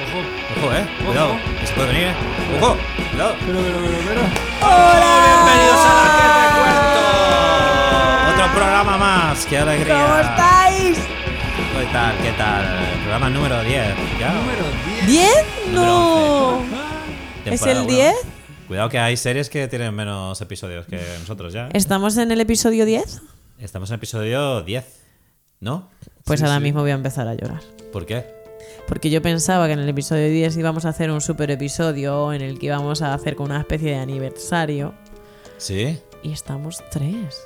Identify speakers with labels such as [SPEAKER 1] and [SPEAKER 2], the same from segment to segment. [SPEAKER 1] Ojo, eh. Cuidado. Esto puede venir, eh. Ojo. Cuidado.
[SPEAKER 2] Pero, pero, pero, pero. ¡Ah!
[SPEAKER 1] Hola, bienvenidos a la que te cuento. Otro programa más. Qué alegría.
[SPEAKER 3] ¿Cómo estáis?
[SPEAKER 1] ¿Qué tal? ¿Qué tal? Programa número 10. Ya.
[SPEAKER 2] Número 10.
[SPEAKER 3] ¿Diez?
[SPEAKER 1] Número
[SPEAKER 3] No. ¿Es
[SPEAKER 1] Temporada
[SPEAKER 3] el
[SPEAKER 1] uno.
[SPEAKER 3] 10?
[SPEAKER 1] Cuidado que hay series que tienen menos episodios que nosotros ya.
[SPEAKER 3] ¿Estamos en el episodio 10?
[SPEAKER 1] Estamos en episodio 10. ¿No?
[SPEAKER 3] Pues
[SPEAKER 2] Sí,
[SPEAKER 3] ahora
[SPEAKER 2] sí.
[SPEAKER 3] mismo voy a empezar a llorar.
[SPEAKER 1] ¿Por qué?
[SPEAKER 3] Porque yo pensaba que en el episodio 10 íbamos a hacer un super episodio en el que íbamos a hacer como una especie de aniversario.
[SPEAKER 1] Sí.
[SPEAKER 3] Y estamos tres.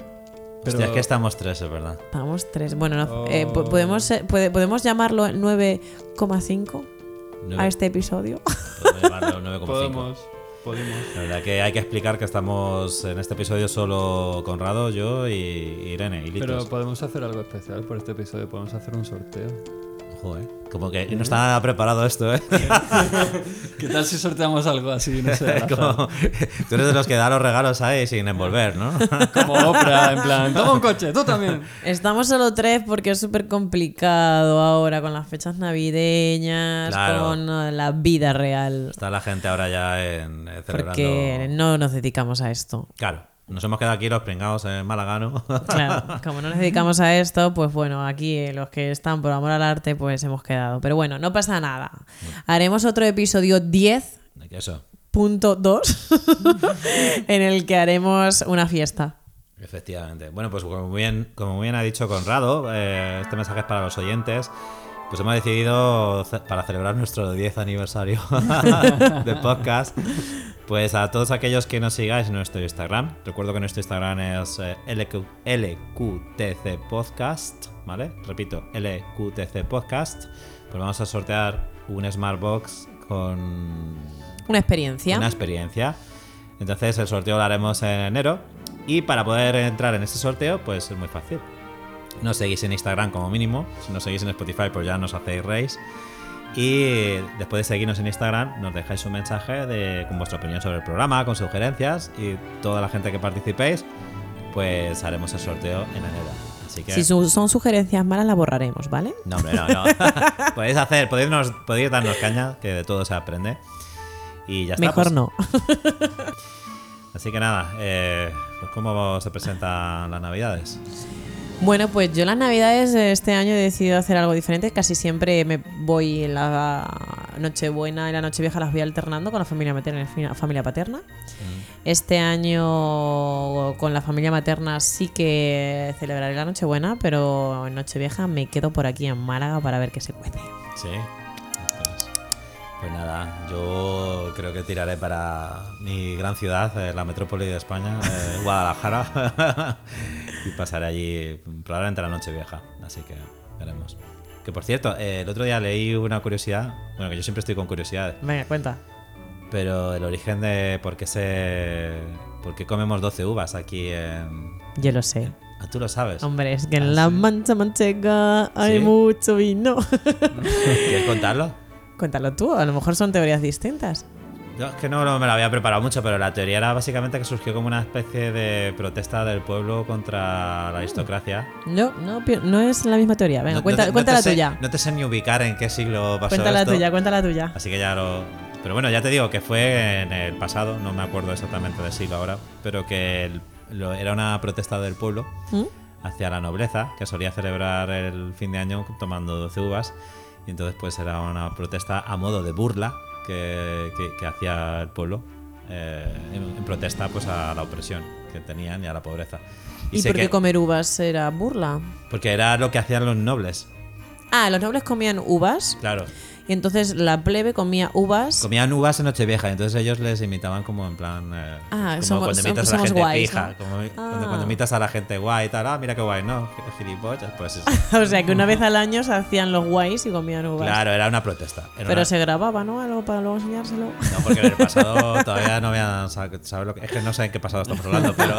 [SPEAKER 2] Pero-
[SPEAKER 1] Hostia, es que estamos tres, es verdad.
[SPEAKER 3] Estamos tres. Bueno, no- eh, po-
[SPEAKER 2] Oh.
[SPEAKER 3] podemos, ser- puede- podemos llamarlo 9,5
[SPEAKER 1] Nueve- pues
[SPEAKER 3] a este episodio.
[SPEAKER 1] Podemos llevarlo a un 9,5.
[SPEAKER 2] Podemos. Podemos.
[SPEAKER 1] La verdad que hay que explicar que estamos en este episodio solo Conrado, yo y Irene y
[SPEAKER 2] Pero
[SPEAKER 1] Litos.
[SPEAKER 2] podemos hacer algo especial por este episodio. Podemos hacer un sorteo.
[SPEAKER 1] Ojo, eh. Como que no está nada preparado esto, ¿eh?
[SPEAKER 2] ¿Qué tal si sorteamos algo así? No sé. al azar?
[SPEAKER 1] Como- tú eres de los que da los regalos ahí sin envolver, ¿no?
[SPEAKER 2] Como Oprah, en plan. Toma un coche, tú también.
[SPEAKER 3] Estamos solo tres porque es súper complicado ahora con las fechas navideñas,
[SPEAKER 1] Claro.
[SPEAKER 3] con eh, la vida real.
[SPEAKER 1] Está la gente ahora ya en, eh, celebrando.
[SPEAKER 3] Porque no nos dedicamos a esto.
[SPEAKER 1] Claro, nos hemos quedado aquí los pringados en Málaga, ¿no?
[SPEAKER 3] Claro, como no nos dedicamos a esto, pues bueno, aquí eh, los que están por amor al arte, pues hemos quedado. Pero bueno, no pasa nada. Haremos otro episodio 10.2
[SPEAKER 1] Eso,
[SPEAKER 3] en el que haremos una fiesta.
[SPEAKER 1] efectivamente. Bueno, pues como muy bien, como muy bien ha dicho Conrado, eh, este mensaje es para los oyentes. Pues hemos decidido, ce- para celebrar nuestro 10 aniversario de podcast, pues a todos aquellos que nos sigáis en nuestro Instagram. Recuerdo que nuestro Instagram es eh, LQ LQTC Podcast, ¿vale? Repito, LQTC Podcast. Pues vamos a sortear un Smartbox con
[SPEAKER 3] Una experiencia.
[SPEAKER 1] Una experiencia. Entonces el sorteo lo haremos en enero. Y para poder entrar en ese sorteo, pues es muy fácil. Nos seguís en Instagram como mínimo. Si nos seguís en Spotify, pues ya nos hacéis reis. Y después de seguirnos en Instagram, nos dejáis un mensaje de, con vuestra opinión sobre el programa, con sugerencias. Y toda la gente que participéis, pues haremos el sorteo en enero. Así que...
[SPEAKER 3] Si su- son sugerencias malas, las borraremos, ¿vale?
[SPEAKER 1] No, hombre, no, no. podéis hacer, podéis, nos- podéis darnos caña, que de todo se aprende. Y ya está.
[SPEAKER 3] Mejor
[SPEAKER 1] pues.
[SPEAKER 3] no.
[SPEAKER 1] Así que nada, eh, pues ¿cómo se presentan las navidades?
[SPEAKER 3] Bueno, pues yo las navidades eh, este año he decidido hacer algo diferente. Casi siempre me voy en la Nochebuena y la Nochevieja las voy alternando con la familia materna y la fina- familia paterna. Este año con la familia materna sí que celebraré la Nochebuena, pero en Nochevieja me quedo por aquí en Málaga para ver qué se cuece.
[SPEAKER 1] Sí. Pues, pues nada, yo creo que tiraré para mi gran ciudad, eh, la metrópoli de España, eh, Guadalajara, y pasaré allí probablemente la noche vieja. Así que veremos. Que por cierto, eh, el otro día leí una curiosidad, bueno, que yo siempre estoy con curiosidades,
[SPEAKER 3] Venga, cuenta.
[SPEAKER 1] pero el origen de por qué se... ¿Por qué comemos 12 uvas aquí en...
[SPEAKER 3] Yo lo sé.
[SPEAKER 1] Ah, tú lo sabes.
[SPEAKER 3] Hombre, es que en la mancha manchega hay
[SPEAKER 1] Sí.
[SPEAKER 3] mucho vino.
[SPEAKER 1] ¿Quieres contarlo?
[SPEAKER 3] Cuéntalo tú, a lo mejor son teorías distintas.
[SPEAKER 1] Yo es que no lo- me lo había preparado mucho, pero la teoría era básicamente que surgió como una especie de protesta del pueblo contra la aristocracia.
[SPEAKER 3] No, no, pi- no es la misma teoría. Venga,
[SPEAKER 1] No-
[SPEAKER 3] cuenta,
[SPEAKER 1] no te-
[SPEAKER 3] cuenta
[SPEAKER 1] no
[SPEAKER 3] la
[SPEAKER 1] te sé-
[SPEAKER 3] tuya.
[SPEAKER 1] No te sé ni ubicar en qué siglo pasó
[SPEAKER 3] Cuenta la
[SPEAKER 1] esto. Ah,
[SPEAKER 3] tuya, cuenta la tuya.
[SPEAKER 1] Así que ya lo... Pero bueno, ya te digo que fue en el pasado, no me acuerdo exactamente del siglo ahora, pero que el- lo- era una protesta del pueblo
[SPEAKER 3] ¿Mm?
[SPEAKER 1] hacia la nobleza, que solía celebrar el fin de año tomando 12 uvas. Y entonces pues era una protesta a modo de burla que, que- que hacía el pueblo eh, en, en protesta pues a la opresión que tenían y a la pobreza.
[SPEAKER 3] ¿Y,
[SPEAKER 1] sé
[SPEAKER 3] por qué
[SPEAKER 1] que-
[SPEAKER 3] comer uvas era burla?
[SPEAKER 1] Porque era lo que hacían los nobles,
[SPEAKER 3] Ah, los nobles comían uvas
[SPEAKER 1] claro.
[SPEAKER 3] y entonces la plebe comía uvas.
[SPEAKER 1] Comían uvas en Nochevieja, entonces ellos les imitaban como en plan... eh,
[SPEAKER 3] Ah,
[SPEAKER 1] como
[SPEAKER 3] somos-
[SPEAKER 1] cuando
[SPEAKER 3] som-
[SPEAKER 1] imitas a la
[SPEAKER 3] somos
[SPEAKER 1] gente
[SPEAKER 3] guays,
[SPEAKER 1] pija,
[SPEAKER 3] ¿no?
[SPEAKER 1] como
[SPEAKER 3] Ah.
[SPEAKER 1] cuando, cuando imitas a la gente guay y tal, ah, mira qué guay, ¿no? Gilipollas, pues eso.
[SPEAKER 3] o sea que una vez al año se hacían los guays y comían uvas.
[SPEAKER 1] Claro, era una protesta. era
[SPEAKER 3] Pero
[SPEAKER 1] una-
[SPEAKER 3] se grababa, ¿no? Algo para luego enseñárselo.
[SPEAKER 1] No, porque en el pasado todavía no habían sa- sabe lo que- Es que no sé en qué pasado estamos hablando, pero,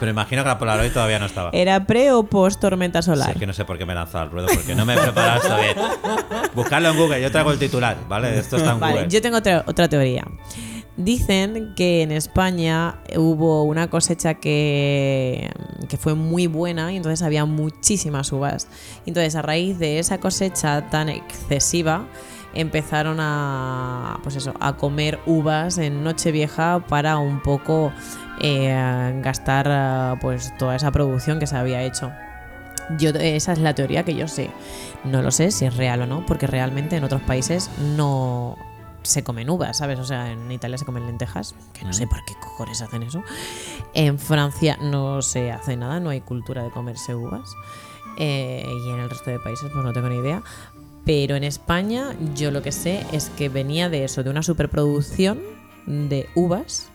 [SPEAKER 1] pero imagino que la Polaroid todavía no estaba.
[SPEAKER 3] ¿Era pre o post tormenta
[SPEAKER 1] Sí,
[SPEAKER 3] solar?
[SPEAKER 1] es que no sé por qué me he lanzado al ruedo, porque no me he preparado esto bien. Buscarlo en Google, yo traigo el titular, ¿vale? Esto está en
[SPEAKER 3] Vale,
[SPEAKER 1] Google.
[SPEAKER 3] yo tengo otra, otra teoría. Dicen que en España hubo una cosecha que, que fue muy buena y entonces había muchísimas uvas. Entonces, a raíz de esa cosecha tan excesiva, empezaron a, pues eso, a comer uvas en Nochevieja para un poco eh, gastar eh, pues toda esa producción que se había hecho. Yo, esa es la teoría que yo sé. No lo sé si es real o no, porque realmente en otros países no se comen uvas, ¿sabes? O sea, en Italia se comen lentejas, que no sé por qué cojones hacen eso. En Francia no se hace nada, no hay cultura de comerse uvas. Eh, y en el resto de países, pues no tengo ni idea. Pero en España, yo lo que sé es que venía de eso, de una superproducción de uvas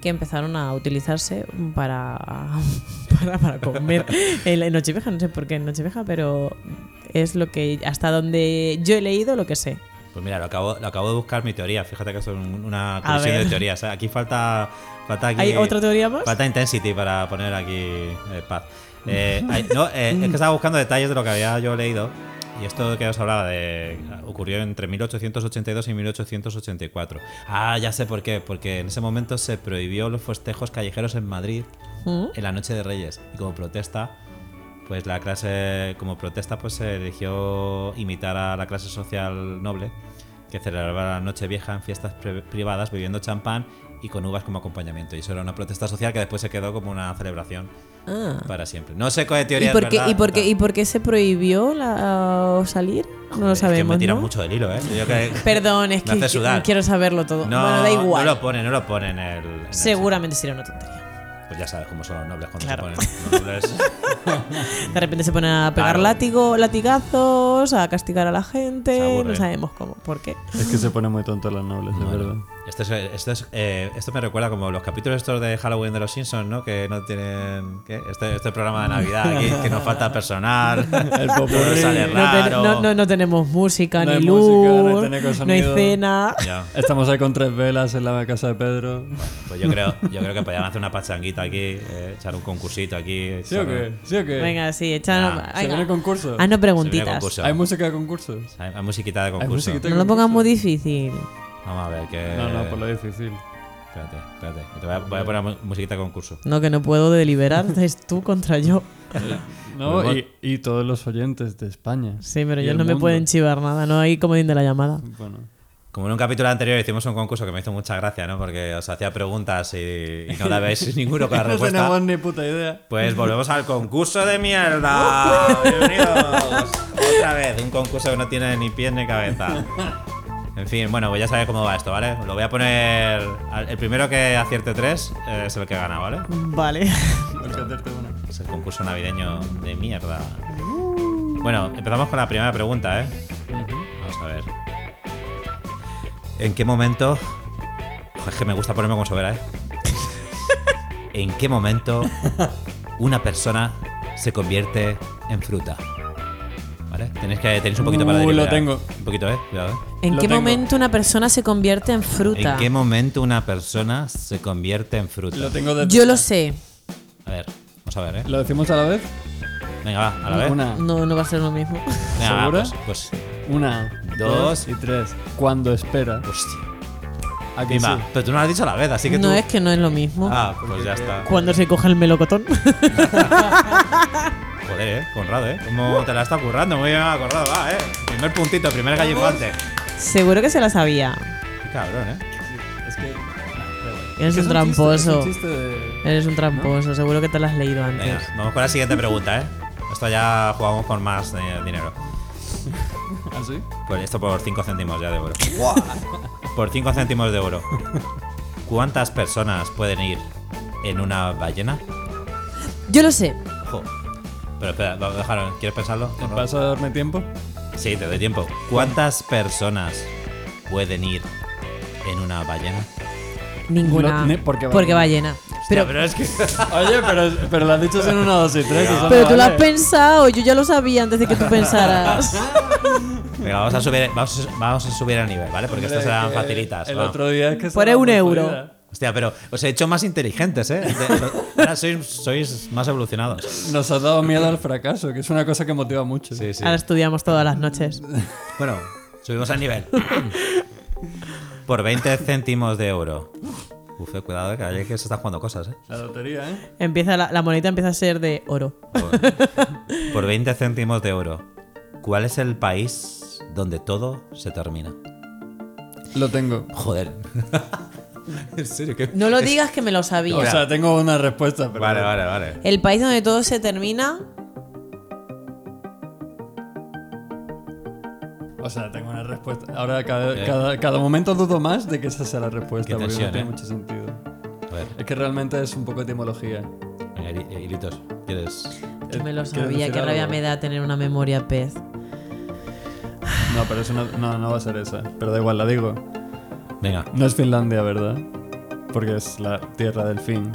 [SPEAKER 3] que empezaron a utilizarse para, para, para comer en la- en Nochevieja, no sé por qué en Nochevieja, pero es lo que hasta donde yo he leído lo que sé.
[SPEAKER 1] Pues mira, lo acabo, lo acabo de buscar mi teoría. Fíjate que son una
[SPEAKER 3] A
[SPEAKER 1] colisión de
[SPEAKER 3] ver.
[SPEAKER 1] teorías. ¿eh? Aquí falta. falta aquí,
[SPEAKER 3] ¿Hay otra teoría más?
[SPEAKER 1] Falta intensity para poner aquí eh, paz. Eh, hay- no, eh, es que estaba buscando detalles de lo que había yo leído. Y esto que os hablaba de. ocurrió entre 1882 y 1884. Ah, ya sé por qué. Porque en ese momento se prohibió los festejos callejeros en Madrid
[SPEAKER 3] ¿Mm?
[SPEAKER 1] en la noche de Reyes. Y como protesta, pues la clase, como protesta, pues se eligió imitar a la clase social noble que celebraba la noche vieja en fiestas pre- privadas bebiendo champán y con uvas como acompañamiento. Y eso era una protesta social que después se quedó como una celebración
[SPEAKER 3] Ah.
[SPEAKER 1] para siempre. No sé qué teoría
[SPEAKER 3] ¿Y por,
[SPEAKER 1] es
[SPEAKER 3] qué,
[SPEAKER 1] verdad,
[SPEAKER 3] y, por qué,
[SPEAKER 1] tal.
[SPEAKER 3] ¿Y por qué se prohibió la, o salir? No lo
[SPEAKER 1] Es que
[SPEAKER 3] sabemos.
[SPEAKER 1] me tiran
[SPEAKER 3] ¿no?
[SPEAKER 1] mucho del hilo, ¿eh? Yo que-
[SPEAKER 3] Perdón, es
[SPEAKER 1] Me
[SPEAKER 3] que
[SPEAKER 1] hace
[SPEAKER 3] qui-
[SPEAKER 1] sudar.
[SPEAKER 3] quiero saberlo todo.
[SPEAKER 1] no,
[SPEAKER 3] bueno, da igual.
[SPEAKER 1] no lo ponen, no lo ponen en el. en el-
[SPEAKER 3] Seguramente sería una tontería.
[SPEAKER 1] Pues ya sabes cómo son los nobles cuando
[SPEAKER 3] Claro.
[SPEAKER 1] se ponen nobles.
[SPEAKER 3] De repente se ponen a pegar
[SPEAKER 1] Claro.
[SPEAKER 3] látigo, latigazos, a castigar a la
[SPEAKER 1] Se
[SPEAKER 3] gente.
[SPEAKER 1] aburren.
[SPEAKER 3] No sabemos cómo, por qué.
[SPEAKER 4] Es que se pone muy tonto las nobles, de verdad.
[SPEAKER 1] Esto, es- esto, es, eh, esto me recuerda como los capítulos estos de Halloween de los Simpsons, ¿no? Que no tienen... ¿qué? Este, este programa de Navidad, aquí, que nos falta personal, el
[SPEAKER 4] popurrí.
[SPEAKER 1] sale
[SPEAKER 3] No, ten-
[SPEAKER 1] raro...
[SPEAKER 3] no- no- no tenemos música,
[SPEAKER 2] No
[SPEAKER 3] ni
[SPEAKER 2] hay
[SPEAKER 3] luz,
[SPEAKER 2] música, no hay teneco
[SPEAKER 3] no hay
[SPEAKER 2] sonido.
[SPEAKER 3] cena.
[SPEAKER 1] Ya,
[SPEAKER 2] Estamos ahí con tres velas en la casa de Pedro.
[SPEAKER 1] pues yo creo, yo creo que podrían hacer una pachanguita aquí, eh, echar un concursito aquí...
[SPEAKER 2] ¿Sí o qué? ¿Sí o qué?
[SPEAKER 3] Venga, sí, echaron.
[SPEAKER 1] Ah,
[SPEAKER 2] ¿Se viene concurso?
[SPEAKER 3] Haznos
[SPEAKER 1] Se viene
[SPEAKER 3] preguntitas.
[SPEAKER 1] concurso.
[SPEAKER 2] ¿Hay música de concursos?
[SPEAKER 1] Hay, hay musiquita de concurso.
[SPEAKER 2] musiquita.
[SPEAKER 3] No lo pongas muy difícil.
[SPEAKER 1] Vamos a ver, que...
[SPEAKER 2] No, no, por lo difícil.
[SPEAKER 1] Espérate, espérate. que te voy, a, voy a poner mu- musiquita de concurso.
[SPEAKER 3] No, que no puedo deliberar. Es tú contra yo.
[SPEAKER 2] No, y, y todos los oyentes de España.
[SPEAKER 3] Sí, pero
[SPEAKER 2] Y
[SPEAKER 3] ellos
[SPEAKER 2] el
[SPEAKER 3] no me
[SPEAKER 2] mundo.
[SPEAKER 3] pueden chivar nada, no hay comodín de la llamada.
[SPEAKER 2] Bueno.
[SPEAKER 1] Como en un capítulo anterior hicimos un concurso que me hizo mucha gracia, ¿no? Porque os hacía preguntas y, y no dabais ninguno con la
[SPEAKER 2] no
[SPEAKER 1] respuesta.
[SPEAKER 2] tenemos ni puta idea.
[SPEAKER 1] Pues volvemos al concurso de mierda. Bienvenidos. Otra vez, un concurso que no tiene ni pies ni cabeza. En fin, bueno, pues ya sabéis cómo va esto, ¿vale? Lo voy a poner. al- El primero que acierte tres eh, es el que gana, ¿vale?
[SPEAKER 3] Vale.
[SPEAKER 2] Hay que hacerte una.
[SPEAKER 1] Es el concurso navideño de mierda. Bueno, empezamos con la primera pregunta, ¿eh? Vamos a ver. ¿En qué momento. Ojo, Es que me gusta ponerme con sobera, ¿eh? ¿En qué momento una persona se convierte en fruta? ¿Vale? Tenéis, que, tenéis un poquito para
[SPEAKER 2] Uh, lo
[SPEAKER 1] deliberar.
[SPEAKER 2] tengo.
[SPEAKER 1] Un poquito, ¿eh? Cuidado, ¿eh?
[SPEAKER 3] ¿En
[SPEAKER 2] Lo
[SPEAKER 3] qué
[SPEAKER 2] tengo.
[SPEAKER 3] momento una persona se convierte en fruta?
[SPEAKER 1] ¿En qué momento una persona se convierte en fruta?
[SPEAKER 2] Lo tengo de.
[SPEAKER 3] Yo lo sé.
[SPEAKER 1] A ver, vamos a ver, ¿eh?
[SPEAKER 2] ¿Lo decimos a la vez?
[SPEAKER 1] Venga, va, a la vez.
[SPEAKER 2] Una,
[SPEAKER 3] No, no va a ser lo mismo.
[SPEAKER 1] Venga, va,
[SPEAKER 2] ¿Segura?
[SPEAKER 1] pues- pues
[SPEAKER 2] una,
[SPEAKER 1] Dos.
[SPEAKER 2] y tres. Cuando espera.
[SPEAKER 1] Hostia.
[SPEAKER 2] ¿A que
[SPEAKER 1] Dima,
[SPEAKER 2] sí?
[SPEAKER 1] pues, pero tú no lo has dicho a la vez, así que tú.
[SPEAKER 3] No es que no es lo mismo.
[SPEAKER 1] Ah, pues ya está.
[SPEAKER 3] Cuando se coge el melocotón.
[SPEAKER 1] Joder, eh, Conrado, eh. ¿Cómo te la está currando? Muy bien, Conrado, va, eh. Primer puntito, primer gallifante.
[SPEAKER 3] Seguro que se la sabía.
[SPEAKER 1] Qué cabrón, eh.
[SPEAKER 2] Es que.
[SPEAKER 3] Eres
[SPEAKER 2] Es
[SPEAKER 3] un
[SPEAKER 2] chiste,
[SPEAKER 3] tramposo. Eh.
[SPEAKER 2] es un chiste de-
[SPEAKER 3] Eres un tramposo. Seguro que te la has leído
[SPEAKER 1] Venga,
[SPEAKER 3] antes.
[SPEAKER 1] vamos con la siguiente pregunta, eh. Esto ya jugamos por más eh, dinero.
[SPEAKER 2] ¿Ah, sí?
[SPEAKER 1] Pues esto por 5 céntimos ya de oro. Por 5 céntimos de oro. ¿Cuántas personas pueden ir en una ballena?
[SPEAKER 3] Yo lo sé.
[SPEAKER 1] Ojo. Pero espera, vamos a dejarlo. ¿Quieres pensarlo?
[SPEAKER 2] ¿Te ¿Vas a darme tiempo?
[SPEAKER 1] Sí, te doy tiempo. ¿Cuántas personas pueden ir en una ballena?
[SPEAKER 3] Ninguna.
[SPEAKER 2] No, ne- porque va-
[SPEAKER 3] porque ballena. Pero, pero,
[SPEAKER 1] es que.
[SPEAKER 2] Oye, pero, pero lo has dicho en una, dos y tres. eso no
[SPEAKER 3] tú lo has
[SPEAKER 2] vale.
[SPEAKER 3] pensado. Yo ya lo sabía antes de que tú pensaras.
[SPEAKER 1] Venga, vamos a subir, vamos a, vamos a subir a nivel, ¿vale? Porque estas
[SPEAKER 2] Hombre,
[SPEAKER 1] eran
[SPEAKER 2] que
[SPEAKER 1] facilitas.
[SPEAKER 2] El
[SPEAKER 1] va.
[SPEAKER 2] otro día es que. se
[SPEAKER 3] Por
[SPEAKER 2] la
[SPEAKER 3] un
[SPEAKER 2] hemos
[SPEAKER 3] euro.
[SPEAKER 2] jodida.
[SPEAKER 1] Hostia, pero os he hecho más inteligentes, ¿eh? De- lo- ahora sois, sois más evolucionados.
[SPEAKER 2] Nos has dado miedo al fracaso, que es una cosa que motiva mucho.
[SPEAKER 1] Sí, sí.
[SPEAKER 3] Ahora estudiamos todas las noches.
[SPEAKER 1] Bueno, subimos al nivel. Por 20 céntimos de euro. Uf, eh, cuidado, que ayer que se están jugando cosas, ¿eh?
[SPEAKER 2] La lotería, ¿eh?
[SPEAKER 3] Empieza la, la moneda empieza a ser de oro.
[SPEAKER 1] Por 20 céntimos de euro. ¿Cuál es el país donde todo se termina.
[SPEAKER 4] Lo tengo.
[SPEAKER 1] Joder. en serio, qué.
[SPEAKER 3] No lo digas que me lo sabía.
[SPEAKER 4] O sea, tengo una respuesta, pero.
[SPEAKER 1] Vale, vale, vale.
[SPEAKER 3] El país donde todo se termina.
[SPEAKER 4] O sea, tengo una respuesta. Ahora cada,
[SPEAKER 1] Eh.
[SPEAKER 4] cada, cada momento dudo más de que esa sea la respuesta,
[SPEAKER 1] Qué
[SPEAKER 4] porque
[SPEAKER 1] tensión,
[SPEAKER 4] no tiene
[SPEAKER 1] eh.
[SPEAKER 4] mucho sentido.
[SPEAKER 1] A ver,
[SPEAKER 4] Es que realmente es un poco etimología.
[SPEAKER 1] venga, hi- hilitos, ¿quieres?
[SPEAKER 3] Que me lo
[SPEAKER 4] ¿Quieres
[SPEAKER 3] sabía,
[SPEAKER 4] decir
[SPEAKER 3] qué
[SPEAKER 4] algo?
[SPEAKER 3] rabia me da tener una memoria pez.
[SPEAKER 4] No, pero eso no, no, no va a ser esa. Pero da igual, la digo.
[SPEAKER 1] Venga.
[SPEAKER 4] No es Finlandia, ¿verdad? Porque es la tierra del fin,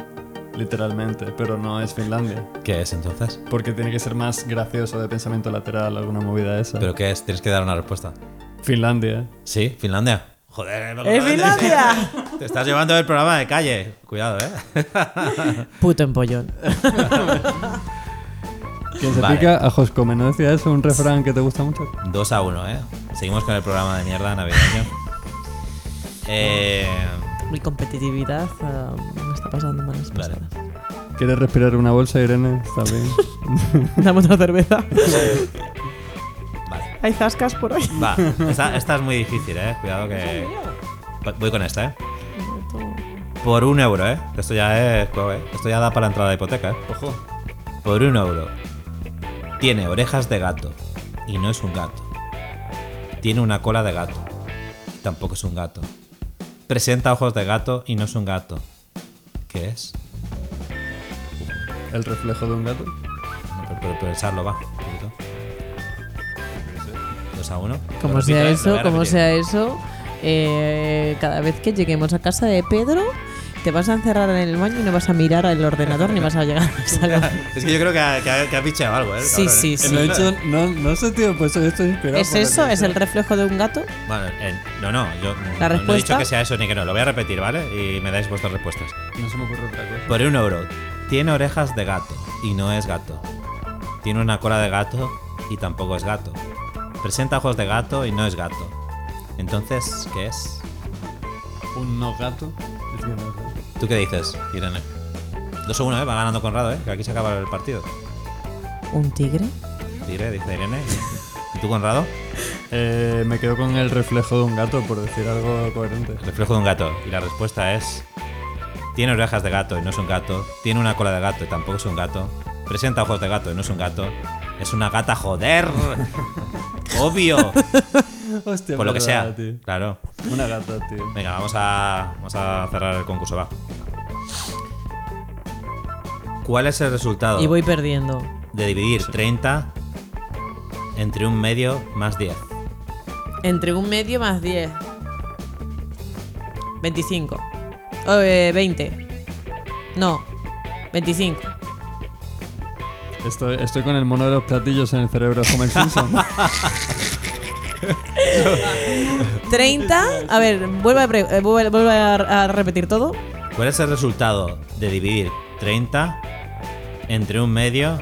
[SPEAKER 4] literalmente. Pero no es Finlandia.
[SPEAKER 1] ¿Qué es entonces?
[SPEAKER 4] Porque tiene que ser más gracioso de pensamiento lateral, alguna movida esa.
[SPEAKER 1] ¿Pero qué es? Tienes que dar una respuesta.
[SPEAKER 4] Finlandia.
[SPEAKER 1] ¿Sí? ¿Finlandia? Joder, me lo
[SPEAKER 3] ¡Es
[SPEAKER 1] acabas de
[SPEAKER 3] Finlandia!
[SPEAKER 1] decir. Te estás llevando el programa de calle. Cuidado, ¿eh?
[SPEAKER 3] Puto empollón.
[SPEAKER 4] Quien se
[SPEAKER 1] Vale.
[SPEAKER 4] pica, ajos come. ¿No decía eso un refrán que te gusta mucho?
[SPEAKER 1] 2 a 1, ¿eh? Seguimos con el programa de mierda navideño. Eh,
[SPEAKER 3] Mi competitividad ah, me está pasando malas
[SPEAKER 1] Vale.
[SPEAKER 3] pasadas.
[SPEAKER 4] ¿Quieres respirar una bolsa, Irene? Está bien.
[SPEAKER 3] Dame otra cerveza.
[SPEAKER 1] vale.
[SPEAKER 3] Hay zascas por ahí.
[SPEAKER 1] Va, esta, esta es muy difícil, ¿eh? Cuidado que... Va- Voy con esta, ¿eh? Por un euro, ¿eh? Esto ya es... juego, ¿eh? Esto ya da para entrada de hipoteca, ¿eh?
[SPEAKER 4] Ojo.
[SPEAKER 1] Por un euro. Tiene orejas de gato. Y no es un gato. Tiene una cola de gato. Tampoco es un gato. Presenta ojos de gato y no es un gato. ¿Qué es?
[SPEAKER 4] El reflejo de un gato.
[SPEAKER 1] No, pero, pero, pero echarlo, va. un poquito. Dos a uno.
[SPEAKER 3] Como
[SPEAKER 1] Lo repito,
[SPEAKER 3] sea
[SPEAKER 1] ¿eh? Lo voy
[SPEAKER 3] eso,
[SPEAKER 1] a
[SPEAKER 3] como
[SPEAKER 1] repetir.
[SPEAKER 3] sea eso, eh, cada vez que lleguemos a casa de Pedro, te vas a encerrar en el baño y no vas a mirar al ordenador ni vas a llegar al salón.
[SPEAKER 1] Es que yo creo que ha, que ha- que ha picheado algo, ¿eh? El
[SPEAKER 3] Sí,
[SPEAKER 1] cabrón, ¿eh?
[SPEAKER 3] sí, sí.
[SPEAKER 4] Lo he hecho, no, no sé, tío, pues yo estoy inspirado.
[SPEAKER 3] ¿Es
[SPEAKER 4] por lo
[SPEAKER 3] eso?
[SPEAKER 4] que
[SPEAKER 3] ¿Es
[SPEAKER 4] sé.
[SPEAKER 3] el reflejo de un gato?
[SPEAKER 1] Bueno, eh, no, no. Yo no- no he dicho
[SPEAKER 3] respuesta?
[SPEAKER 1] que sea eso ni que no. Lo voy a repetir, ¿vale? Y me dais vuestras respuestas.
[SPEAKER 4] No se me ocurre otra cosa.
[SPEAKER 1] Por un euro. Tiene orejas de gato y no es gato. Tiene una cola de gato y tampoco es gato. Presenta ojos de gato y no es gato. Entonces, ¿qué es?
[SPEAKER 4] ¿Un no gato? Es que no sé.
[SPEAKER 1] ¿Tú qué dices, Irene? 2 a 1, ¿eh? Va ganando Conrado, ¿eh? Que aquí se acaba el partido.
[SPEAKER 3] ¿Un tigre?
[SPEAKER 1] Dire, dice Irene. ¿Y tú, Conrado?
[SPEAKER 4] Eh, me quedo con el reflejo de un gato, por decir algo coherente.
[SPEAKER 1] Reflejo de un gato. Y la respuesta es... Tiene orejas de gato y no es un gato. Tiene una cola de gato y tampoco es un gato. Presenta ojos de gato y no es un gato. Es una gata, joder. Obvio.
[SPEAKER 4] Hostia,
[SPEAKER 1] Por lo que sea.
[SPEAKER 4] verdad, tío.
[SPEAKER 1] Claro.
[SPEAKER 4] Una gata, tío.
[SPEAKER 1] Venga, vamos a, vamos a cerrar el concurso, va. ¿Cuál es el resultado
[SPEAKER 3] Y voy perdiendo.
[SPEAKER 1] de dividir 30 entre un medio más 10?
[SPEAKER 3] Entre un medio más 10. 25. Oh, eh, 20. No. 25.
[SPEAKER 4] Estoy, estoy con el mono de los platillos en el cerebro, como el Simpson.
[SPEAKER 3] 30. A ver, vuelve a, pre- eh, vuelve- vuelve a- a repetir todo.
[SPEAKER 1] ¿Cuál es el resultado de dividir 30 entre un medio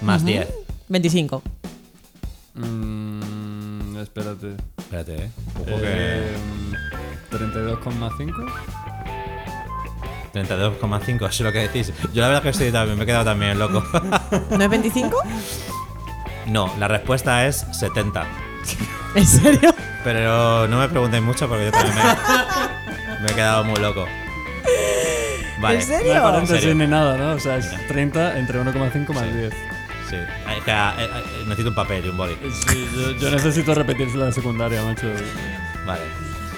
[SPEAKER 1] más 10?
[SPEAKER 3] 25.
[SPEAKER 4] Mm, espérate.
[SPEAKER 1] Espérate, eh. Ojo
[SPEAKER 4] Eh, 32,5.
[SPEAKER 1] que 32,5 es lo que decís. Yo la verdad que estoy también, me he quedado también loco.
[SPEAKER 3] ¿No es 25?
[SPEAKER 1] No, la respuesta es 70.
[SPEAKER 3] ¿En serio?
[SPEAKER 1] Pero no me preguntéis mucho porque yo también me, me he quedado muy loco. Vale.
[SPEAKER 3] ¿En
[SPEAKER 4] No hay
[SPEAKER 3] serio?
[SPEAKER 1] serio?
[SPEAKER 4] paréntesis ni nada, ¿no? O sea, es 30 entre 1,5 más 10.
[SPEAKER 1] Sí. Ah, espera, eh, eh, necesito un papel y un boli.
[SPEAKER 4] Sí, yo, yo necesito repetir la secundaria, macho.
[SPEAKER 1] Vale.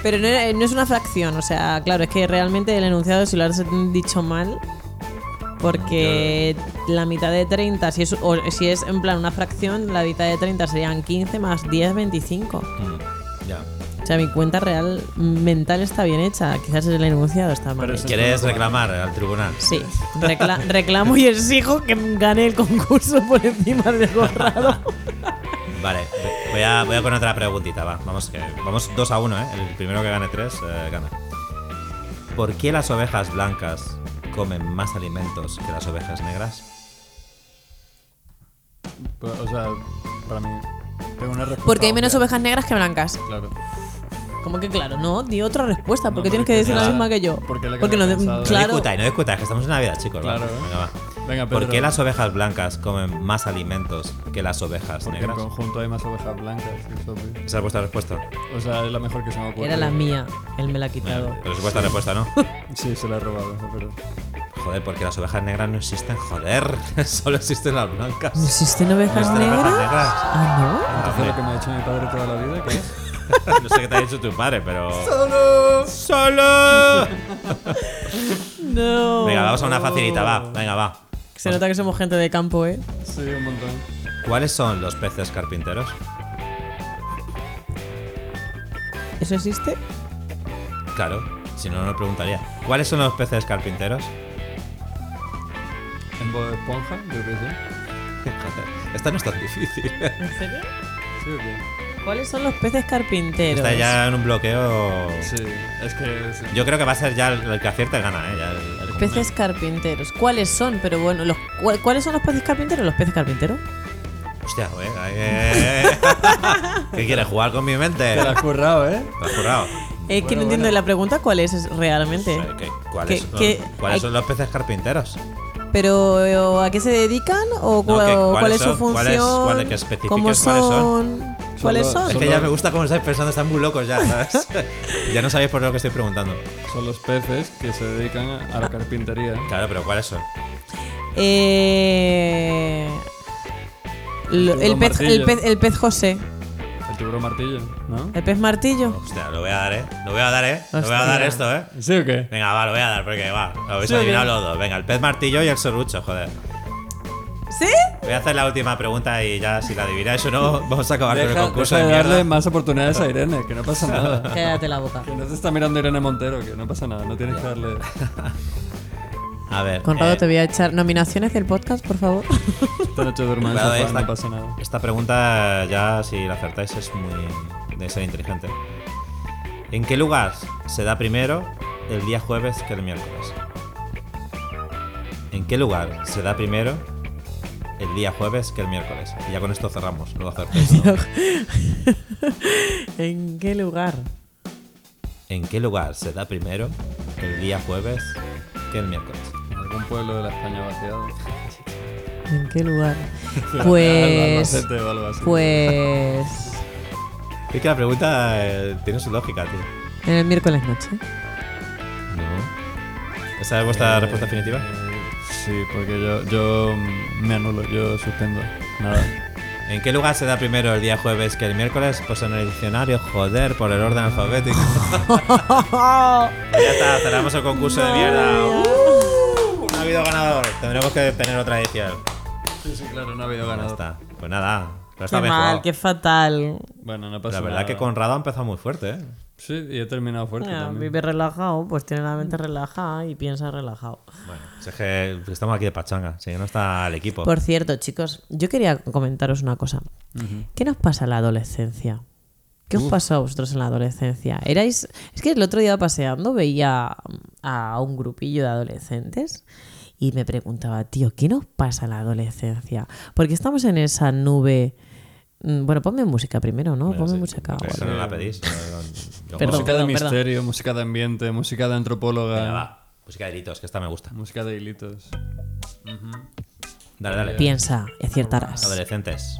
[SPEAKER 3] Pero no, era- eh, no es una fracción, o sea, claro, es que realmente el enunciado si lo has dicho mal, porque la mitad de 30, si es, o si es en plan una fracción, la mitad de 30 serían 15 más 10, 25.
[SPEAKER 1] Mm, ya.
[SPEAKER 3] O sea, mi cuenta real mental está bien hecha, quizás el enunciado está mal.
[SPEAKER 4] Pero
[SPEAKER 3] hecho.
[SPEAKER 4] eso-
[SPEAKER 1] ¿Quieres reclamar al tribunal?
[SPEAKER 3] Sí, recla- reclamo y exijo que gane el concurso por encima de borrado.
[SPEAKER 1] Vale. Voy a, voy a poner otra preguntita, va. Vamos, que, vamos 2 a 1, ¿eh? El primero que gane 3 gana. ¿Por qué las ovejas blancas comen más alimentos que las ovejas negras?
[SPEAKER 4] Pero, Pues, O sea, para mí. Tengo una respuesta.
[SPEAKER 3] Porque hay menos
[SPEAKER 4] obvia,
[SPEAKER 3] ovejas negras que blancas.
[SPEAKER 4] Claro.
[SPEAKER 3] Como que claro, no, di otra respuesta,
[SPEAKER 4] No,
[SPEAKER 3] porque
[SPEAKER 4] no,
[SPEAKER 3] tienes
[SPEAKER 4] porque
[SPEAKER 3] que decir la
[SPEAKER 4] ya-
[SPEAKER 3] misma que yo.
[SPEAKER 4] porque es la que
[SPEAKER 3] Porque
[SPEAKER 4] no
[SPEAKER 3] no,
[SPEAKER 4] he pensado.
[SPEAKER 1] No
[SPEAKER 3] claro.
[SPEAKER 1] discutáis, no discutáis, que estamos en Navidad, chicos. va.
[SPEAKER 4] Claro, ¿eh?
[SPEAKER 1] Venga, va.
[SPEAKER 4] Venga,
[SPEAKER 1] ¿Por
[SPEAKER 4] Pedro.
[SPEAKER 1] qué las ovejas blancas comen más alimentos que las ovejas
[SPEAKER 4] Porque en
[SPEAKER 1] negras?
[SPEAKER 4] conjunto hay más ovejas blancas. es obvio.
[SPEAKER 1] Esa es vuestra respuesta.
[SPEAKER 4] O sea, es la mejor que se me ocurre.
[SPEAKER 3] Era la mía, él me la ha quitado.
[SPEAKER 1] Pero pues es vuestra respuesta, ¿no?
[SPEAKER 4] Sí, se la he robado, es verdad.
[SPEAKER 1] Joder, porque las ovejas negras no existen, joder. Solo existen las
[SPEAKER 3] ¿No
[SPEAKER 1] blancas.
[SPEAKER 3] existen ovejas
[SPEAKER 1] Existen las ovejas
[SPEAKER 3] negras?
[SPEAKER 1] negras.
[SPEAKER 3] Ah,
[SPEAKER 4] Entonces lo que me ha hecho mi padre toda la vida, ¿qué es?
[SPEAKER 1] No sé qué te ha dicho tu padre, pero. ¡Solo! ¡Solo!
[SPEAKER 3] no. No.
[SPEAKER 1] Venga, vamos a una facilita, va. Venga, va.
[SPEAKER 3] Se nota que somos gente de campo, ¿eh?
[SPEAKER 4] Sí, un montón.
[SPEAKER 1] ¿Cuáles son los peces carpinteros?
[SPEAKER 3] ¿Eso existe?
[SPEAKER 1] Claro, si no, no lo preguntaría. ¿Cuáles son los peces carpinteros?
[SPEAKER 4] En voz de esponja, yo creo que sí.
[SPEAKER 1] Joder, esta no es tan difícil.
[SPEAKER 3] ¿En serio?
[SPEAKER 4] ¿Sí o qué?
[SPEAKER 3] ¿Cuáles son los peces carpinteros?
[SPEAKER 1] Está ya en un bloqueo.
[SPEAKER 4] Sí, es que. sí.
[SPEAKER 1] Yo creo que va a ser ya el, el que acierte gana, ¿eh? Ya el- el
[SPEAKER 3] Peces carpinteros. ¿Cuáles son? Pero bueno, los, ¿cuál- ¿cuáles son los peces carpinteros? Los peces carpinteros.
[SPEAKER 1] Hostia, güey. ay, eh, eh. ¿Qué quieres jugar con mi mente?
[SPEAKER 4] Te la
[SPEAKER 1] ¿Lo
[SPEAKER 4] has currado, ¿eh?
[SPEAKER 1] has jurado?
[SPEAKER 3] Es que no entiendo la pregunta cuál es es realmente.
[SPEAKER 1] ¿Qué- ¿Cuáles,
[SPEAKER 3] ¿Qué-
[SPEAKER 1] son,
[SPEAKER 3] qué-
[SPEAKER 1] ¿cuáles
[SPEAKER 3] hay-
[SPEAKER 1] son los peces carpinteros?
[SPEAKER 3] Pero eh, ¿a qué se dedican o
[SPEAKER 1] No,
[SPEAKER 3] cua-
[SPEAKER 1] ¿qué-
[SPEAKER 3] cuál
[SPEAKER 1] cuáles
[SPEAKER 3] es su
[SPEAKER 1] son? ¿Cuál
[SPEAKER 3] función?
[SPEAKER 1] es- cuál es que especifiques
[SPEAKER 3] ¿Cómo
[SPEAKER 1] cuáles son?
[SPEAKER 3] son? ¿Cuáles
[SPEAKER 4] Solo-
[SPEAKER 3] son?
[SPEAKER 1] Es
[SPEAKER 4] solo-
[SPEAKER 1] que ya me gusta cómo estáis pensando, están muy locos ya, ¿sabes? ya no sabéis por lo que estoy preguntando.
[SPEAKER 4] Son los peces que se dedican a a la carpintería.
[SPEAKER 1] Claro, pero ¿cuáles son?
[SPEAKER 3] Eh, lo-
[SPEAKER 4] Los
[SPEAKER 3] el, pez, el,
[SPEAKER 4] martillos.
[SPEAKER 3] pez, el pez José,
[SPEAKER 4] El tiburón martillo, ¿no?
[SPEAKER 3] el pez martillo.
[SPEAKER 1] Hostia, lo voy a dar, ¿eh? Lo voy a dar, ¿eh? Lo voy a
[SPEAKER 3] Hostia.
[SPEAKER 1] dar esto, ¿eh?
[SPEAKER 4] ¿Sí o qué?
[SPEAKER 1] Venga, va, lo voy a dar, porque va, lo habéis
[SPEAKER 4] Sí,
[SPEAKER 1] adivinado
[SPEAKER 4] bien.
[SPEAKER 1] los dos. Venga, el pez martillo y el serrucho, joder.
[SPEAKER 3] ¿Sí?
[SPEAKER 1] Voy a hacer la última pregunta y ya si la adivináis o no, vamos a acabar con el
[SPEAKER 4] Deja,
[SPEAKER 1] concurso
[SPEAKER 4] deja de
[SPEAKER 1] de
[SPEAKER 4] darle
[SPEAKER 1] mierda.
[SPEAKER 4] más oportunidades a Irene, que no pasa nada.
[SPEAKER 3] Cállate la boca.
[SPEAKER 4] Que no te está mirando Irene Montero, que no pasa nada, no tienes que darle.
[SPEAKER 1] A ver.
[SPEAKER 3] Conrado,
[SPEAKER 1] eh,
[SPEAKER 3] te voy a echar nominaciones del podcast, por favor.
[SPEAKER 4] Esta noche duerme en el
[SPEAKER 1] Claro,
[SPEAKER 4] sofá,
[SPEAKER 1] esta-
[SPEAKER 4] no pasa nada.
[SPEAKER 1] Esta pregunta ya si la acertáis es muy de ser inteligente. ¿En qué lugar se da primero el día jueves que el miércoles? ¿En qué lugar se da primero el día jueves que el miércoles? Y ya con esto cerramos, lo acertéis. ¿no?
[SPEAKER 3] ¿En qué lugar?
[SPEAKER 1] ¿En qué lugar se da primero el día jueves que el miércoles?
[SPEAKER 4] Algún pueblo de la España vaciado.
[SPEAKER 3] ¿En qué lugar? Pues.
[SPEAKER 4] Albacete o algo así.
[SPEAKER 3] Pues.
[SPEAKER 1] Es que la pregunta eh, tiene su lógica, tío.
[SPEAKER 3] En el miércoles noche.
[SPEAKER 1] No. ¿Esa es vuestra
[SPEAKER 4] Eh,
[SPEAKER 1] respuesta definitiva?
[SPEAKER 4] Sí, porque yo, yo mm, me anulo, yo suspendo. Nada.
[SPEAKER 1] ¿En qué lugar se da primero el día jueves que el miércoles? Pues en el diccionario, joder, por el orden alfabético.
[SPEAKER 3] ¡Ah!
[SPEAKER 1] ya está, cerramos el concurso de mierda. ¡Uh! no ha habido ganador. Tendremos que tener otra edición.
[SPEAKER 4] Sí, sí, claro, no ha habido
[SPEAKER 1] Ya
[SPEAKER 4] ganado.
[SPEAKER 1] está. Pues nada, pero está
[SPEAKER 3] Qué
[SPEAKER 1] bien
[SPEAKER 3] mal,
[SPEAKER 1] jugado.
[SPEAKER 3] qué fatal.
[SPEAKER 4] Bueno, no pasa
[SPEAKER 1] La
[SPEAKER 4] nada.
[SPEAKER 1] verdad que Conrado ha empezado muy fuerte, ¿eh?
[SPEAKER 4] Sí, y he terminado fuerte
[SPEAKER 3] Ah,
[SPEAKER 4] también.
[SPEAKER 3] vive relajado, pues tiene la mente relajada y piensa relajado.
[SPEAKER 1] Bueno, si es que estamos aquí de pachanga, si no está el equipo.
[SPEAKER 3] Por cierto, chicos, yo quería comentaros una cosa. ¿Qué nos pasa en la adolescencia? ¿Qué os pasó a vosotros en la adolescencia? Erais. Es que el otro día paseando veía a un grupillo de adolescentes y me preguntaba, tío, ¿qué nos pasa en la adolescencia? Porque estamos en esa nube. Mm, Bueno, ponme música primero, ¿no?
[SPEAKER 1] Bueno,
[SPEAKER 3] ponme
[SPEAKER 1] sí.
[SPEAKER 3] música.
[SPEAKER 1] Pero Eso
[SPEAKER 3] bueno.
[SPEAKER 1] no la pedís. Yo- yo-
[SPEAKER 3] Perdón.
[SPEAKER 4] música de
[SPEAKER 3] perdón, perdón.
[SPEAKER 4] misterio, música de ambiente, música de antropóloga,
[SPEAKER 1] Venga, va. Música de delitos, que esta me gusta.
[SPEAKER 4] música de hilitos.
[SPEAKER 1] Dale, dale.
[SPEAKER 3] Piensa y aciertarás.
[SPEAKER 1] Adolescentes.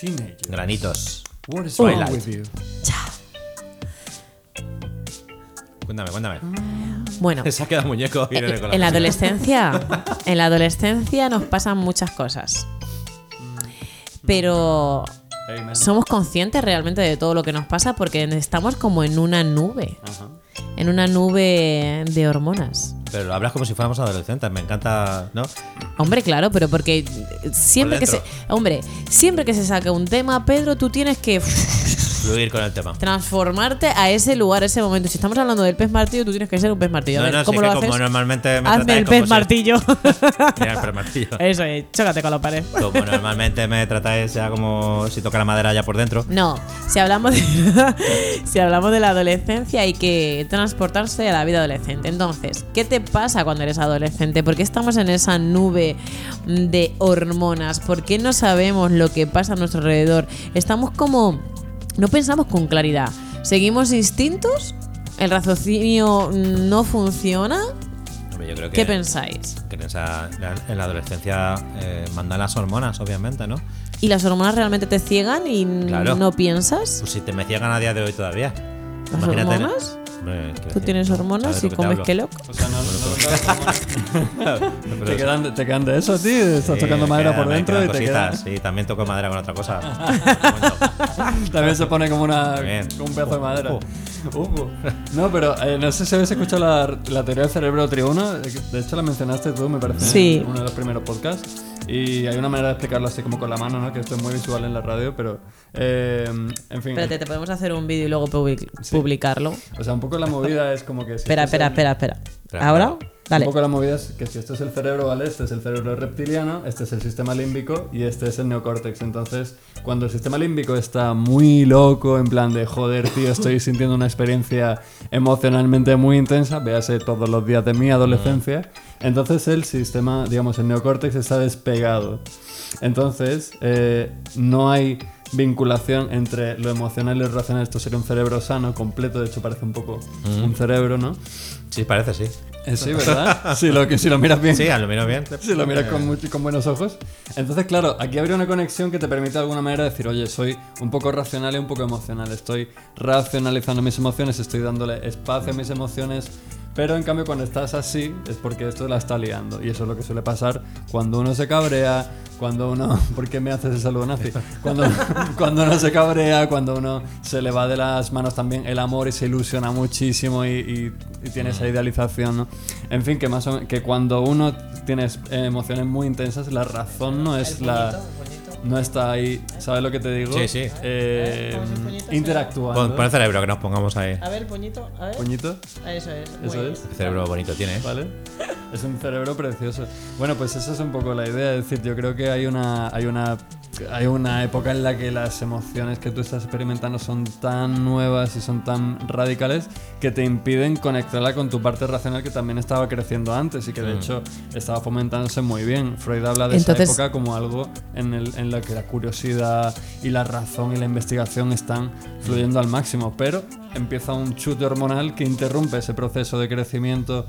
[SPEAKER 4] Teenager.
[SPEAKER 1] Granitos.
[SPEAKER 4] What is
[SPEAKER 1] wrong
[SPEAKER 4] wrong
[SPEAKER 1] Twilight.
[SPEAKER 4] with
[SPEAKER 1] with
[SPEAKER 4] you?
[SPEAKER 1] Cuéntame, cuéntame.
[SPEAKER 3] Bueno,
[SPEAKER 1] Se ha quedado muñeco. Irene, con
[SPEAKER 3] Eh, en la
[SPEAKER 1] música.
[SPEAKER 3] adolescencia, en la adolescencia nos pasan muchas cosas. Pero somos conscientes realmente de todo lo que nos pasa porque estamos como en una nube, en una nube de hormonas.
[SPEAKER 1] Pero lo hablas como si fuéramos adolescentes, me encanta, ¿no?
[SPEAKER 3] Hombre, claro, pero porque siempre
[SPEAKER 1] Por
[SPEAKER 3] que se,
[SPEAKER 1] dentro.
[SPEAKER 3] hombre, siempre que se saca un tema, Pedro, tú tienes que
[SPEAKER 1] Fluir con el tema.
[SPEAKER 3] transformarte a ese lugar, a ese momento. Si estamos hablando del pez martillo, tú tienes que ser un pez martillo. A
[SPEAKER 1] No,
[SPEAKER 3] ver,
[SPEAKER 1] no, si
[SPEAKER 3] ¿cómo
[SPEAKER 1] es
[SPEAKER 3] lo
[SPEAKER 1] que
[SPEAKER 3] haces?
[SPEAKER 1] como normalmente me
[SPEAKER 3] Hazme
[SPEAKER 1] tratáis
[SPEAKER 3] el
[SPEAKER 1] como
[SPEAKER 3] pez
[SPEAKER 1] si-
[SPEAKER 3] martillo.
[SPEAKER 1] Mira, el pez martillo.
[SPEAKER 3] Eso es, chócate con la pared.
[SPEAKER 1] Como normalmente me tratáis ya como si tocara madera ya por dentro.
[SPEAKER 3] No, si hablamos de, si hablamos de la adolescencia hay que transportarse a la vida adolescente. Entonces, ¿qué te pasa cuando eres adolescente? ¿Por qué estamos en esa nube de hormonas? ¿Por qué no sabemos lo que pasa a nuestro alrededor? Estamos como no pensamos con claridad. Seguimos instintos, el raciocinio no funciona.
[SPEAKER 1] Hombre, yo creo que
[SPEAKER 3] ¿Qué pensáis?
[SPEAKER 1] que en, esa- la- en la adolescencia eh, mandan las hormonas, obviamente, ¿no?
[SPEAKER 3] ¿Y las hormonas realmente te ciegan y n-
[SPEAKER 1] Claro.
[SPEAKER 3] no piensas?
[SPEAKER 1] Pues si te me ciegan a día de hoy todavía.
[SPEAKER 3] ¿Las hormonas?
[SPEAKER 1] Hombre, quiero
[SPEAKER 3] ¿Tú
[SPEAKER 1] decir,
[SPEAKER 3] tienes
[SPEAKER 1] no,
[SPEAKER 3] hormonas
[SPEAKER 1] Pues sabes de
[SPEAKER 3] y
[SPEAKER 1] lo que te
[SPEAKER 3] comes
[SPEAKER 1] hablo.
[SPEAKER 3] Kellogg?
[SPEAKER 2] O sea, no,
[SPEAKER 1] pues.
[SPEAKER 2] no,
[SPEAKER 1] Pero
[SPEAKER 4] ¿Te
[SPEAKER 1] eso-
[SPEAKER 4] quedan, ¿Te quedan de eso a ti? Estás
[SPEAKER 1] sí,
[SPEAKER 4] tocando
[SPEAKER 1] me
[SPEAKER 4] madera por
[SPEAKER 1] quedan- me
[SPEAKER 4] dentro
[SPEAKER 1] quedan
[SPEAKER 4] y te
[SPEAKER 1] cositas,
[SPEAKER 4] quedas.
[SPEAKER 1] Sí, también toco madera con otra cosa.
[SPEAKER 4] También se pone como, una,
[SPEAKER 1] También.
[SPEAKER 4] como un pedazo de madera. Ujú. No, pero eh, no sé si habéis escuchado la, la teoría del cerebro triuno. De hecho, la mencionaste tú, me parece,
[SPEAKER 3] Sí.
[SPEAKER 4] en uno de los primeros podcasts. Y hay una manera de explicarlo así como con la mano, ¿no? Que esto es muy visual en la radio, pero... eh, en fin.
[SPEAKER 3] Espérate, te podemos hacer un vídeo y luego public- publicarlo.
[SPEAKER 4] O sea, un poco la movida es como que... Si
[SPEAKER 3] Espera,
[SPEAKER 4] esto es
[SPEAKER 3] espera,
[SPEAKER 4] el-
[SPEAKER 3] espera, espera.
[SPEAKER 1] Espera,
[SPEAKER 3] ¿Ahora? Dale.
[SPEAKER 4] Un poco la movida es que si esto es el cerebro, ¿vale? Este es el cerebro reptiliano, este es el sistema límbico y este es el neocórtex. Entonces, cuando el sistema límbico está muy loco, en plan de joder, tío, estoy sintiendo una experiencia emocionalmente muy intensa, véase todos los días de mi adolescencia, entonces el sistema, digamos, el neocórtex está despegado. Entonces, eh, no hay vinculación entre lo emocional y lo racional. Esto sería un cerebro sano, completo, de hecho parece un poco un cerebro, ¿no?
[SPEAKER 1] Sí, parece, sí.
[SPEAKER 4] Eh, Sí, ¿verdad? si, lo, que- si lo miras bien.
[SPEAKER 1] Sí, a lo menos bien.
[SPEAKER 4] Si lo miras con, mucho- con buenos ojos. Entonces, claro, aquí habría una conexión que te permite de alguna manera decir, oye, soy un poco racional y un poco emocional. Estoy racionalizando mis emociones, estoy dándole espacio a mis emociones. Pero en cambio, cuando estás así, es porque esto la está liando. Y eso es lo que suele pasar cuando uno se cabrea, cuando uno. ¿Por qué me haces el saludo nazi? Cuando, cuando uno se cabrea, cuando uno se le va de las manos también el amor y se ilusiona muchísimo y, y- y tiene esa idealización, ¿no? En fin, que, más o men- que cuando uno tiene es- eh, emociones muy intensas, la razón no es la. No está ahí, ¿sabes lo que te digo?
[SPEAKER 1] Sí, sí.
[SPEAKER 4] Eh,
[SPEAKER 1] Pon,
[SPEAKER 4] interactuando.
[SPEAKER 1] pon el cerebro que nos pongamos ahí.
[SPEAKER 3] A ver, puñito, a ver.
[SPEAKER 4] Puñito,
[SPEAKER 3] Eso es.
[SPEAKER 4] eso es.
[SPEAKER 1] El cerebro bonito tiene. ¿eh?
[SPEAKER 4] ¿Vale? Es un cerebro precioso. Bueno, pues esa es un poco la idea. Es decir, yo creo que hay una, hay una, hay una época en la que las emociones que tú estás experimentando son tan nuevas y son tan radicales que te impiden conectarla con tu parte racional que también estaba creciendo antes y que de hecho estaba fomentándose muy bien. Freud habla de
[SPEAKER 3] Entonces-
[SPEAKER 4] esa época como algo en, el, en la que la curiosidad y la razón y la investigación están fluyendo al máximo, pero empieza un chute hormonal que interrumpe ese proceso de crecimiento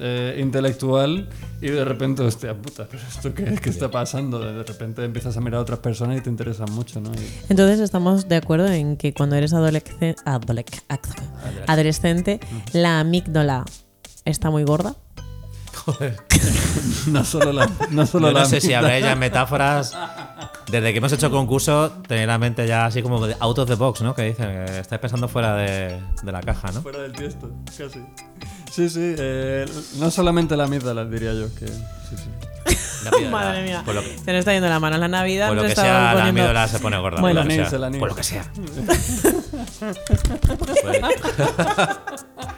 [SPEAKER 4] eh, intelectual y de repente, hostia puta, pero esto qué, qué está pasando? De repente empiezas a mirar a otras personas y te interesan mucho, ¿no? Y-
[SPEAKER 3] Entonces estamos de acuerdo en que cuando eres adolescente, adolescente
[SPEAKER 1] Mm.
[SPEAKER 3] la amígdala está muy gorda.
[SPEAKER 4] no solo la... No, solo
[SPEAKER 1] Yo no
[SPEAKER 4] la
[SPEAKER 1] sé si
[SPEAKER 4] mitad.
[SPEAKER 1] habréis ya metáforas. Desde que hemos hecho concurso, tenéis la mente ya así como de out of the box, ¿no? Que dicen, que estáis pensando fuera de, de la caja, ¿no?
[SPEAKER 4] Fuera del tiesto, casi. Sí, sí, eh, no solamente la amígdala, diría yo, que... Sí, sí.
[SPEAKER 1] La amígdala.
[SPEAKER 3] Madre mía.
[SPEAKER 1] Por lo,
[SPEAKER 3] Se nos está yendo la mano en la Navidad.
[SPEAKER 1] por lo
[SPEAKER 3] nos
[SPEAKER 1] que
[SPEAKER 3] estaba
[SPEAKER 1] sea, la
[SPEAKER 3] poniendo-
[SPEAKER 1] amígdala se pone gorda.
[SPEAKER 4] Bueno,
[SPEAKER 1] por, lo
[SPEAKER 4] el
[SPEAKER 1] que
[SPEAKER 4] anís, el
[SPEAKER 1] sea.
[SPEAKER 4] anís.
[SPEAKER 1] por lo que sea.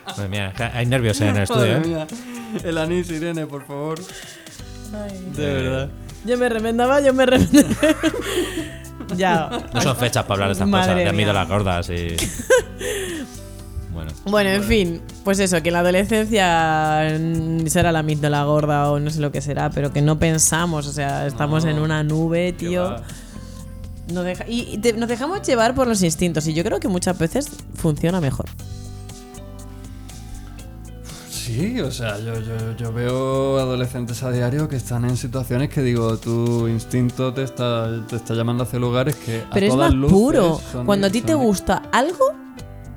[SPEAKER 1] Madre mía, es que hay nervios en el estudio,
[SPEAKER 4] Madre
[SPEAKER 1] ¿eh?
[SPEAKER 4] mía. El anís, Irene, por favor. De verdad.
[SPEAKER 3] Yo me remendaba, yo me remendaba. ya.
[SPEAKER 1] No son fechas para hablar de estas
[SPEAKER 3] Madre
[SPEAKER 1] cosas. Te
[SPEAKER 3] mía.
[SPEAKER 1] han las gordas y. Bueno.
[SPEAKER 3] Bueno, en fin, pues eso, que en la adolescencia mm, será la amígdala gorda o no sé lo que será, pero que no pensamos, o sea, estamos
[SPEAKER 1] Ah,
[SPEAKER 3] en una nube,
[SPEAKER 4] qué
[SPEAKER 3] tío.
[SPEAKER 4] va.
[SPEAKER 3] Nos deja- y te- nos dejamos llevar por los instintos y yo creo que muchas veces funciona mejor.
[SPEAKER 4] Sí, o sea, yo, yo, yo veo adolescentes a diario que están en situaciones que digo, tu instinto te está, te está llamando hacia lugares que a
[SPEAKER 3] Pero es
[SPEAKER 4] todas
[SPEAKER 3] más
[SPEAKER 4] luces
[SPEAKER 3] puro.
[SPEAKER 4] son-
[SPEAKER 3] Cuando a ti te
[SPEAKER 4] son-
[SPEAKER 3] gusta algo,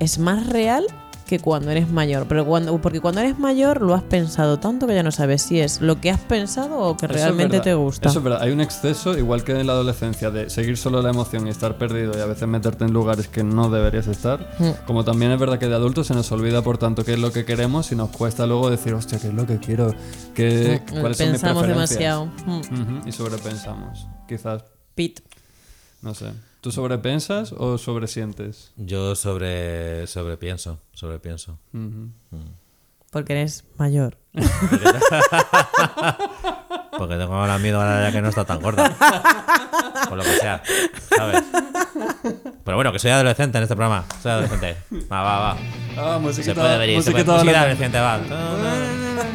[SPEAKER 3] es más real que cuando eres mayor. Pero cuando, porque cuando eres mayor lo has pensado tanto que ya no sabes si es lo que has pensado o que
[SPEAKER 4] Eso es
[SPEAKER 3] realmente
[SPEAKER 4] verdad.
[SPEAKER 3] te gusta.
[SPEAKER 4] Eso es verdad, hay un exceso, igual que en la adolescencia, de seguir solo la emoción y estar perdido y a veces meterte en lugares que no deberías estar.
[SPEAKER 3] Mm.
[SPEAKER 4] Como también es verdad que de adultos se nos olvida, por tanto, qué es lo que queremos y nos cuesta luego decir, hostia, qué es lo que quiero, ¿Qué,
[SPEAKER 3] Mm,
[SPEAKER 4] cuáles son mis
[SPEAKER 3] Pensamos
[SPEAKER 4] preferencias?".
[SPEAKER 3] demasiado. Mm.
[SPEAKER 4] Ujú, y sobrepensamos, quizás,
[SPEAKER 3] Pit.
[SPEAKER 4] no sé. ¿Tú sobrepensas o sobresientes?
[SPEAKER 1] Yo sobre. sobrepienso. Sobrepienso.
[SPEAKER 4] Ujú.
[SPEAKER 3] Porque eres mayor.
[SPEAKER 1] Porque tengo la miedo ahora ya que no está tan gorda. Por lo que sea. ¿Sabes? Pero bueno, que soy adolescente en este programa. Soy adolescente. Va, va, va.
[SPEAKER 4] Ah, musiquita,
[SPEAKER 1] Se puede venir. Se puede
[SPEAKER 4] musiquita
[SPEAKER 1] musiquita
[SPEAKER 4] adolescente.
[SPEAKER 1] adolescente,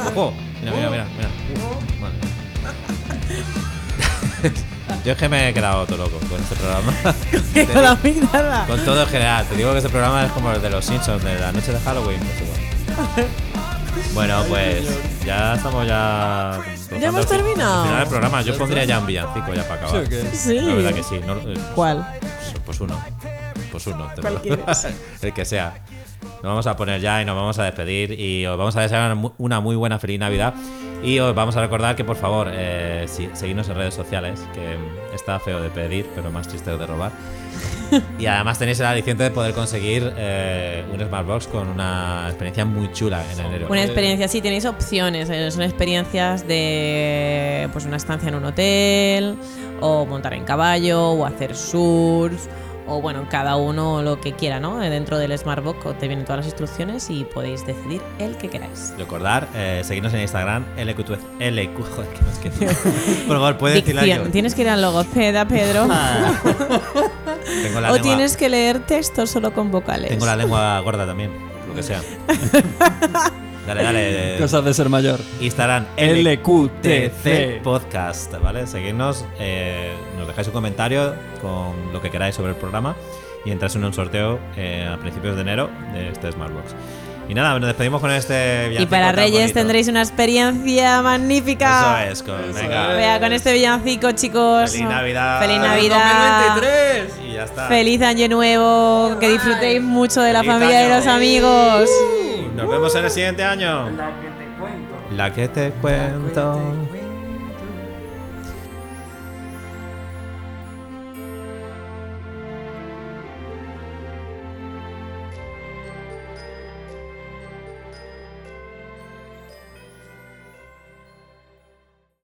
[SPEAKER 1] va. Ojo. Mira, mira, mira. mira. Vale. Yo es que me he quedado todo loco con este programa.
[SPEAKER 3] Con la amígdala.
[SPEAKER 1] Con todo en general, te digo que este programa es como el de los Simpsons, de la noche de Halloween. pues igual. Bueno, pues ya estamos ya. rozando
[SPEAKER 3] hemos
[SPEAKER 1] el fin-
[SPEAKER 3] terminado.
[SPEAKER 1] el Final del programa. Yo pondría ya un villancico ya para
[SPEAKER 4] ¿Sí
[SPEAKER 1] acabar.
[SPEAKER 4] o qué?
[SPEAKER 3] Sí.
[SPEAKER 1] La verdad que sí. no- eh,
[SPEAKER 3] ¿Cuál?
[SPEAKER 1] pues- Pues uno. Pues uno. te
[SPEAKER 3] ¿Cuál
[SPEAKER 1] lo-
[SPEAKER 3] quieres?
[SPEAKER 1] el que sea. Nos vamos a poner ya y nos vamos a despedir y os vamos a desear mu- una muy buena feliz Navidad. Y os vamos a recordar que por favor, eh, si- seguidnos en redes sociales, que mm, está feo de pedir, pero más triste de robar. Y además tenéis el aliciente de poder conseguir eh, un Smartbox con una experiencia muy chula en enero.
[SPEAKER 3] Una experiencia, sí, tenéis opciones. eh, Son experiencias de pues una estancia en un hotel, o montar en caballo, o hacer surf, o bueno, cada uno lo que quiera, ¿no? Eh, Dentro del Smartbox te vienen todas las instrucciones y podéis decidir el que queráis.
[SPEAKER 1] Recordar, eh, seguirnos en Instagram, LQTF LQ, joder, que no es que- Por favor, puedes decirla yo.
[SPEAKER 3] Dicción. Tienes que ir al logopeda, Pedro.
[SPEAKER 1] Ah. Tengo la
[SPEAKER 3] o
[SPEAKER 1] lengua-
[SPEAKER 3] tienes que leer textos solo con vocales.
[SPEAKER 1] Tengo la lengua gorda también, lo que sea. Dale, dale.
[SPEAKER 4] Cosas de ser mayor.
[SPEAKER 1] Instagram
[SPEAKER 4] LQTC.
[SPEAKER 1] LQTC Podcast, ¿vale? Seguidnos, eh, nos dejáis un comentario con lo que queráis sobre el programa y entráis en un sorteo eh, a principios de enero de este Smartbox. Y nada, nos despedimos con este
[SPEAKER 3] y
[SPEAKER 1] villancico
[SPEAKER 3] para
[SPEAKER 1] tan
[SPEAKER 3] Reyes
[SPEAKER 1] bonito.
[SPEAKER 3] tendréis una experiencia magnífica.
[SPEAKER 1] Eso es, con-
[SPEAKER 4] Eso
[SPEAKER 1] venga.
[SPEAKER 3] Vea, con este villancico, chicos.
[SPEAKER 1] Feliz Navidad.
[SPEAKER 3] Feliz Navidad.
[SPEAKER 4] 2023.
[SPEAKER 1] Y ya está.
[SPEAKER 3] Feliz año nuevo, que disfrutéis mucho de la
[SPEAKER 1] Feliz
[SPEAKER 3] familia y
[SPEAKER 1] año. Uh.
[SPEAKER 3] los amigos.
[SPEAKER 1] Nos vemos en el siguiente año. La que te cuento. Ah.
[SPEAKER 5] La que te cuento.